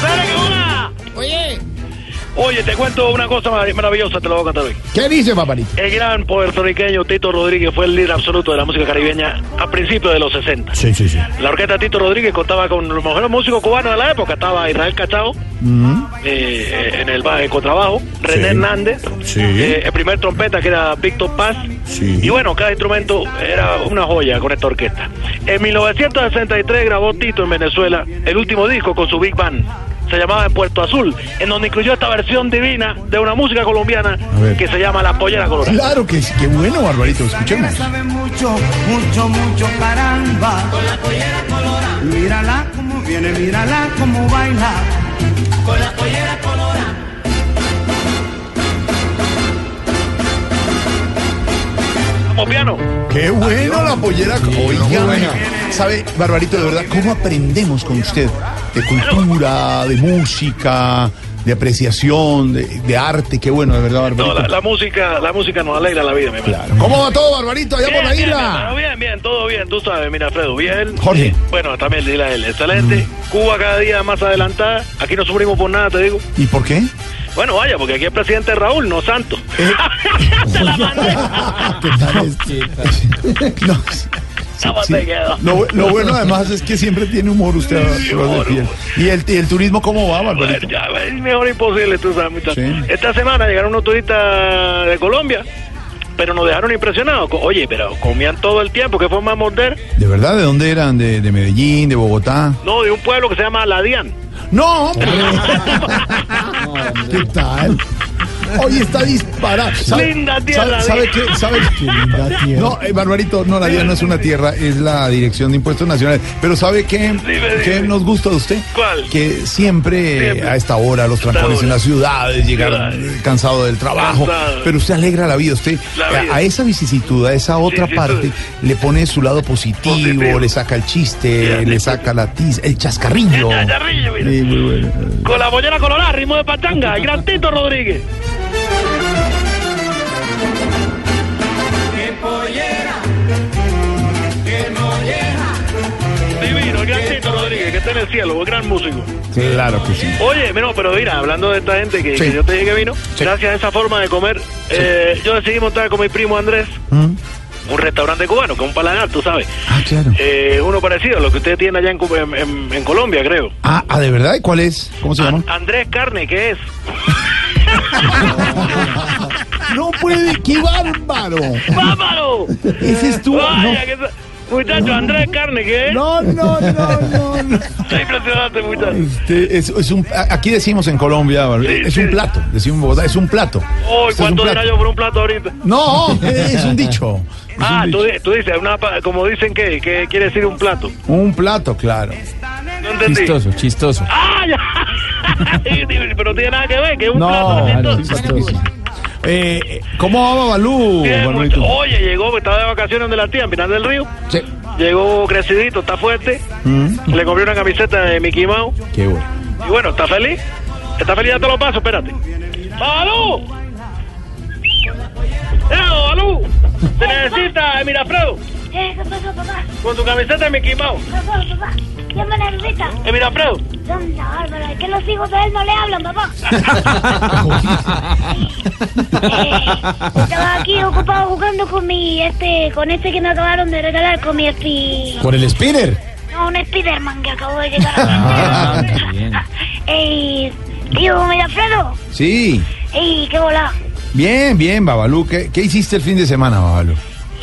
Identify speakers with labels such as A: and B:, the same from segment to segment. A: ¡Dale, que una!
B: Oye,
A: Oye, te cuento una cosa mar- maravillosa, te la voy a contar hoy.
B: ¿qué dice Barbarita?
A: El gran puertorriqueño Tito Rodríguez fue el líder absoluto de la música caribeña a principios de los 60.
B: Sí, sí, sí.
A: La orquesta Tito Rodríguez contaba con los mejores músicos cubanos de la época. Estaba Israel Cachao eh, en el, ba- el contrabajo, René
B: Mm. Sí.
A: Hernández,
B: Sí.
A: eh, el primer trompeta que era Víctor Paz.
B: Sí.
A: Y bueno, cada instrumento era una joya con esta orquesta. En 1963 grabó Tito en Venezuela el último disco con su Big Band. Se llamaba En Puerto Azul, en donde incluyó esta versión divina de una música colombiana
B: A ver.
A: que se llama La Pollera Colorada.
B: Claro que sí, qué bueno, Barbarito, escuchemos.
C: Me sabe mucho, mucho, mucho caramba. Con la pollera colorada. Mírala cómo viene, mírala cómo baila. Con la pollera colorada.
A: Vamos, piano.
B: Qué bueno la pollera. Oiga, sabe, Barbarito, de verdad, ¿cómo aprendemos con usted? De cultura, de música, de apreciación, de, de arte, qué bueno, de verdad,
A: No, la,
B: Barbarito.
A: la música, la música nos alegra la vida, mi hermano.
B: Claro. ¿Cómo va todo, Barbarito, allá por la
A: Bien, bien,
B: isla?
A: hermano, bien, bien, todo bien, tú sabes, mira, Fredo, bien. Eh,
B: Jorge.
A: Bueno, también dile a él, excelente. Cuba cada día más adelantada, aquí no sufrimos por nada, te digo.
B: ¿Y por qué?
A: Bueno, vaya, porque aquí el presidente es Raúl, no Santos. Te la mandé.
B: ¿Qué tal es? No, sí,
A: ¿Cómo
B: sí.
A: te quedó?
B: Lo, bu- lo bueno además es que siempre tiene humor usted.
A: Sí,
B: Flor de
A: humor,
B: Piel.
A: humor.
B: ¿Y el, y el turismo cómo va,
A: Bueno,
B: Barbarito?
A: ya, es mejor imposible, tú sabes, muchacho.
B: Sí.
A: Esta semana llegaron unos turistas de Colombia, pero nos dejaron impresionados. Co- Oye, pero comían todo el tiempo, ¿qué forma de morder?
B: ¿De verdad? ¿De dónde eran? ¿De, de Medellín? ¿De Bogotá?
A: No, de un pueblo que se llama Ladián.
B: ¡No, hombre! ¿Qué tal? Hoy está disparado.
A: Linda
B: ¿Sabe,
A: tierra,
B: sabe
A: linda.
B: qué? ¿Sabe qué? No, eh, Barbarito, no, la vida no es una tierra, es la Dirección de Impuestos Nacionales. Pero ¿sabe qué,
A: Dime,
B: qué
A: dime.
B: nos gusta de usted?
A: ¿Cuál?
B: Que siempre,
A: Siempre.
B: a esta hora, los trancones
A: hora.
B: en las ciudades, llegar
A: Ciudades.
B: cansado del trabajo.
A: Cansado.
B: Pero usted alegra la vida. Usted
A: La
B: a-
A: vida.
B: A, esa vicisitud, a esa otra parte,
A: Vicisitudes.
B: le pone su lado positivo,
A: Positivo.
B: le saca el chiste,
A: Ya,
B: le
A: ya.
B: saca la tiza, el chascarrillo.
A: El chascarrillo, mira.
B: Sí, muy bueno.
A: Con la bollera colorada, ritmo de patanga, el gran Tito Rodríguez.
C: Que pollera, que mollera.
A: Divino, el gran Tito Rodríguez, que está en el cielo, el gran músico.
B: Claro que sí.
A: Oye, no, pero mira, hablando de esta gente que,
B: Sí.
A: que yo te dije que vino,
B: Sí.
A: gracias a esa forma de comer, eh, yo decidí montar con mi primo Andrés
B: Mm.
A: un restaurante cubano, que es un paladar, tú sabes.
B: Ah, claro.
A: Eh, uno parecido a lo que ustedes tienen allá en, Cuba- en, en- en Colombia, creo.
B: Ah, ah, ¿de verdad? ¿Y cuál es? ¿Cómo se llama?
A: An- Andrés Carne, ¿qué es?
B: No puede, qué bárbaro.
A: ¡Bárbaro!
B: Ese es tu.
A: Vaya, que sa- Muchacho, Andrés Carne, ¿qué es?
B: No, no, no, no, no.
A: Está impresionante, muchacho.
B: Este, es, es un, a- aquí decimos en Colombia, Barbarito,
A: Sí,
B: es
A: sí.
B: un plato, decimos en Bogotá, es un plato.
A: Uy,
B: Este es un
A: ¿cuánto
B: plato.
A: dinero yo por un plato ahorita?
B: No, es un dicho. es un
A: Ah, tú,
B: dicho.
A: di- tú dices, una, pa- como dicen que, que quiere decir un plato.
B: Un plato, claro.
A: No entendí.
D: chistoso.
A: ¡Ah, ya! Pero no tiene nada que ver, que es un
B: No,
A: plato.
B: no,
A: entonces.
B: chistoso. Eh, eh, ¿Cómo va Babalú,
A: Bien,
B: Barbarito?
A: mucho- Oye, llegó, estaba de vacaciones donde la tía, en Pinal del Río.
B: Sí. Mm.
A: Llegó crecidito, está fuerte. Le compré una camiseta de Mickey Mouse.
B: Qué bueno.
A: Y bueno, ¿está feliz? ¿Está feliz? Ya te lo paso, espérate. ¡Babalú! ¡Eh, Babalú! ¡Te necesita, eh, Mirafredo!
E: Eh, ¿Qué pasó, papá?
A: Con tu camiseta de Mickey Mouse.
E: ¿Qué pasó, papá? Llama a la rubita.
A: Eh, Mirafredo.
E: Santa Bárbara, que los hijos de él no le hablan, papá. Eh, estaba aquí ocupado jugando con mi, este, con este que me acabaron de regalar, con mi espi...
B: Por el spinner.
E: No, un Spiderman que acabó de llegar a la Eh, tío, Mirafredo.
B: Sí.
E: Ey, qué bola.
B: Bien, bien, Babalú. ¿Qué, qué hiciste el fin de semana, Babalú?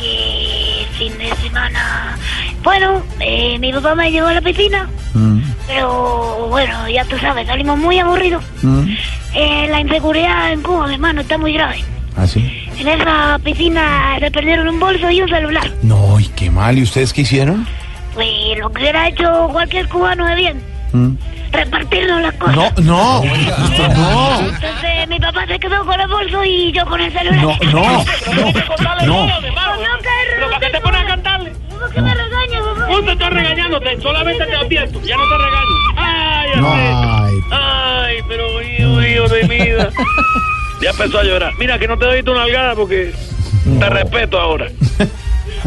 E: Eh, fin de semana. Bueno, eh, mi papá me llevó a la piscina.
B: Mm,
E: Pero bueno, ya tú sabes, salimos muy aburridos.
B: mm.
E: Eh, la inseguridad en Cuba, mi hermano, está muy grave.
B: ¿Ah, sí?
E: En esa piscina le perdieron un bolso y un celular.
B: No, y qué mal. ¿Y ustedes qué hicieron?
E: Pues lo que hubiera hecho cualquier cubano de bien. Repartirnos las cosas.
B: Mm. No, no. No,
E: Entonces mi papá se quedó con el bolso y yo con el celular.
B: no, no. No.
E: ¿Pero para qué te pones a cantarle? ¿Por qué me regañas, papá?
F: Tú te estás regañándote, solamente te advierto, ya no te regaño. Ay,
B: No,
F: Alfredo.
B: ay,
F: Ay, pero hijo, hijo de mi vida.
A: Ya empezó a llorar. Mira, que no te doy tu nalgada porque te respeto ahora.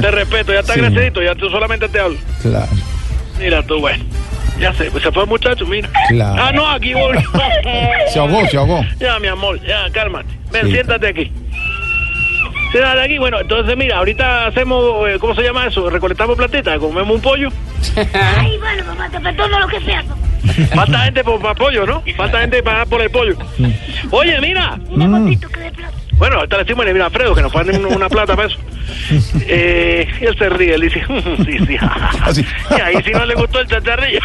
A: Te respeto, ya está
B: Sí.
A: crecidito, ya tú solamente te hablo.
B: claro.
A: Mira tú, bueno. Ya se, se fue el muchacho, mira.
B: Claro.
A: Ah, no, aquí voy.
B: Se ahogó, se ahogó.
A: ya, mi amor, ya, cálmate. Ven,
B: Sí.
A: siéntate aquí. Siéntate aquí. Bueno, entonces mira, ahorita hacemos, eh, ¿cómo se llama eso? Recolectamos platita, comemos un pollo.
E: Ay, bueno, papá, te perdono lo que sea. papá.
A: Falta gente por, para pollo, ¿no? Falta gente para por el pollo. Oye, mira.
E: Mira, papito, que de plata.
A: Bueno, ahorita le decimos, mira, Alfredo, que nos paguen una, una plata para eso. Eh, y él se ríe, él dice, sí, sí.
B: Así.
A: y ahí si no le gustó el chacharrillo.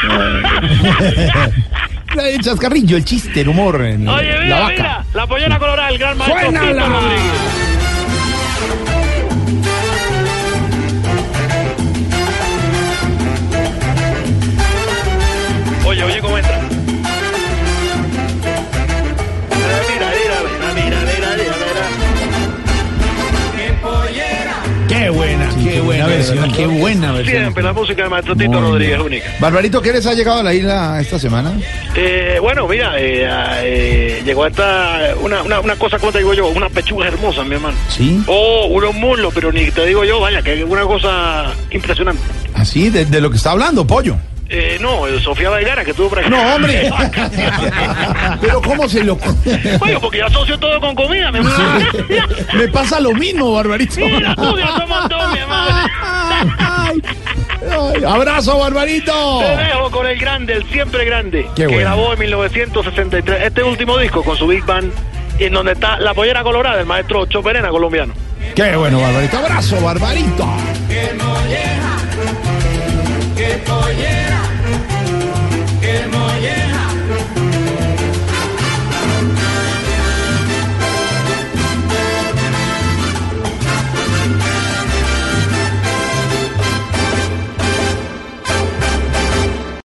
B: El chascarrillo, el chiste, el humor. el-
A: Oye,
B: la
A: mira,
B: vaca. Mm.
A: mira, la pollera colorada, el gran maestro Tito Rodríguez. Oye, oye, ¿cómo entra? Mira, mira, mira, mira, mira, mira, mira.
B: Qué buena, qué buena versión, qué buena versión.
A: Siempre la música del maestro Tito
B: Muy
A: Rodríguez es
B: bien.
A: única.
B: Barbarito, ¿qué les ha llegado a la isla esta semana?
A: Eh, bueno, mira, eh, ah, eh, llegó esta una, una, una cosa, ¿cómo te digo yo? Unas pechugas hermosas, mi hermano.
B: Sí.
A: Oh, unos muslos, pero ni te digo yo, vaya, que es una cosa impresionante.
B: Así, de, de lo que está hablando, pollo.
A: Eh, no, eh, Sofía Vergara, que estuvo por aquí.
B: No, hombre. Pero ¿cómo se lo...
A: Oye, porque yo asocio todo con comida, mi hermano.
B: Me pasa lo mismo, Barbarito.
A: Mira tú, ya somos dos, mi hermano.
B: Ay, ay, abrazo, Barbarito.
A: Te dejo con el grande, el siempre grande,
B: Qué
A: que
B: bueno.
A: grabó en 1963 este último disco con su Big Band, en donde está La Pollera Colorada, el maestro Cho Perena, colombiano.
B: Qué bueno, Barbarito. Abrazo, Barbarito.
C: que pollera,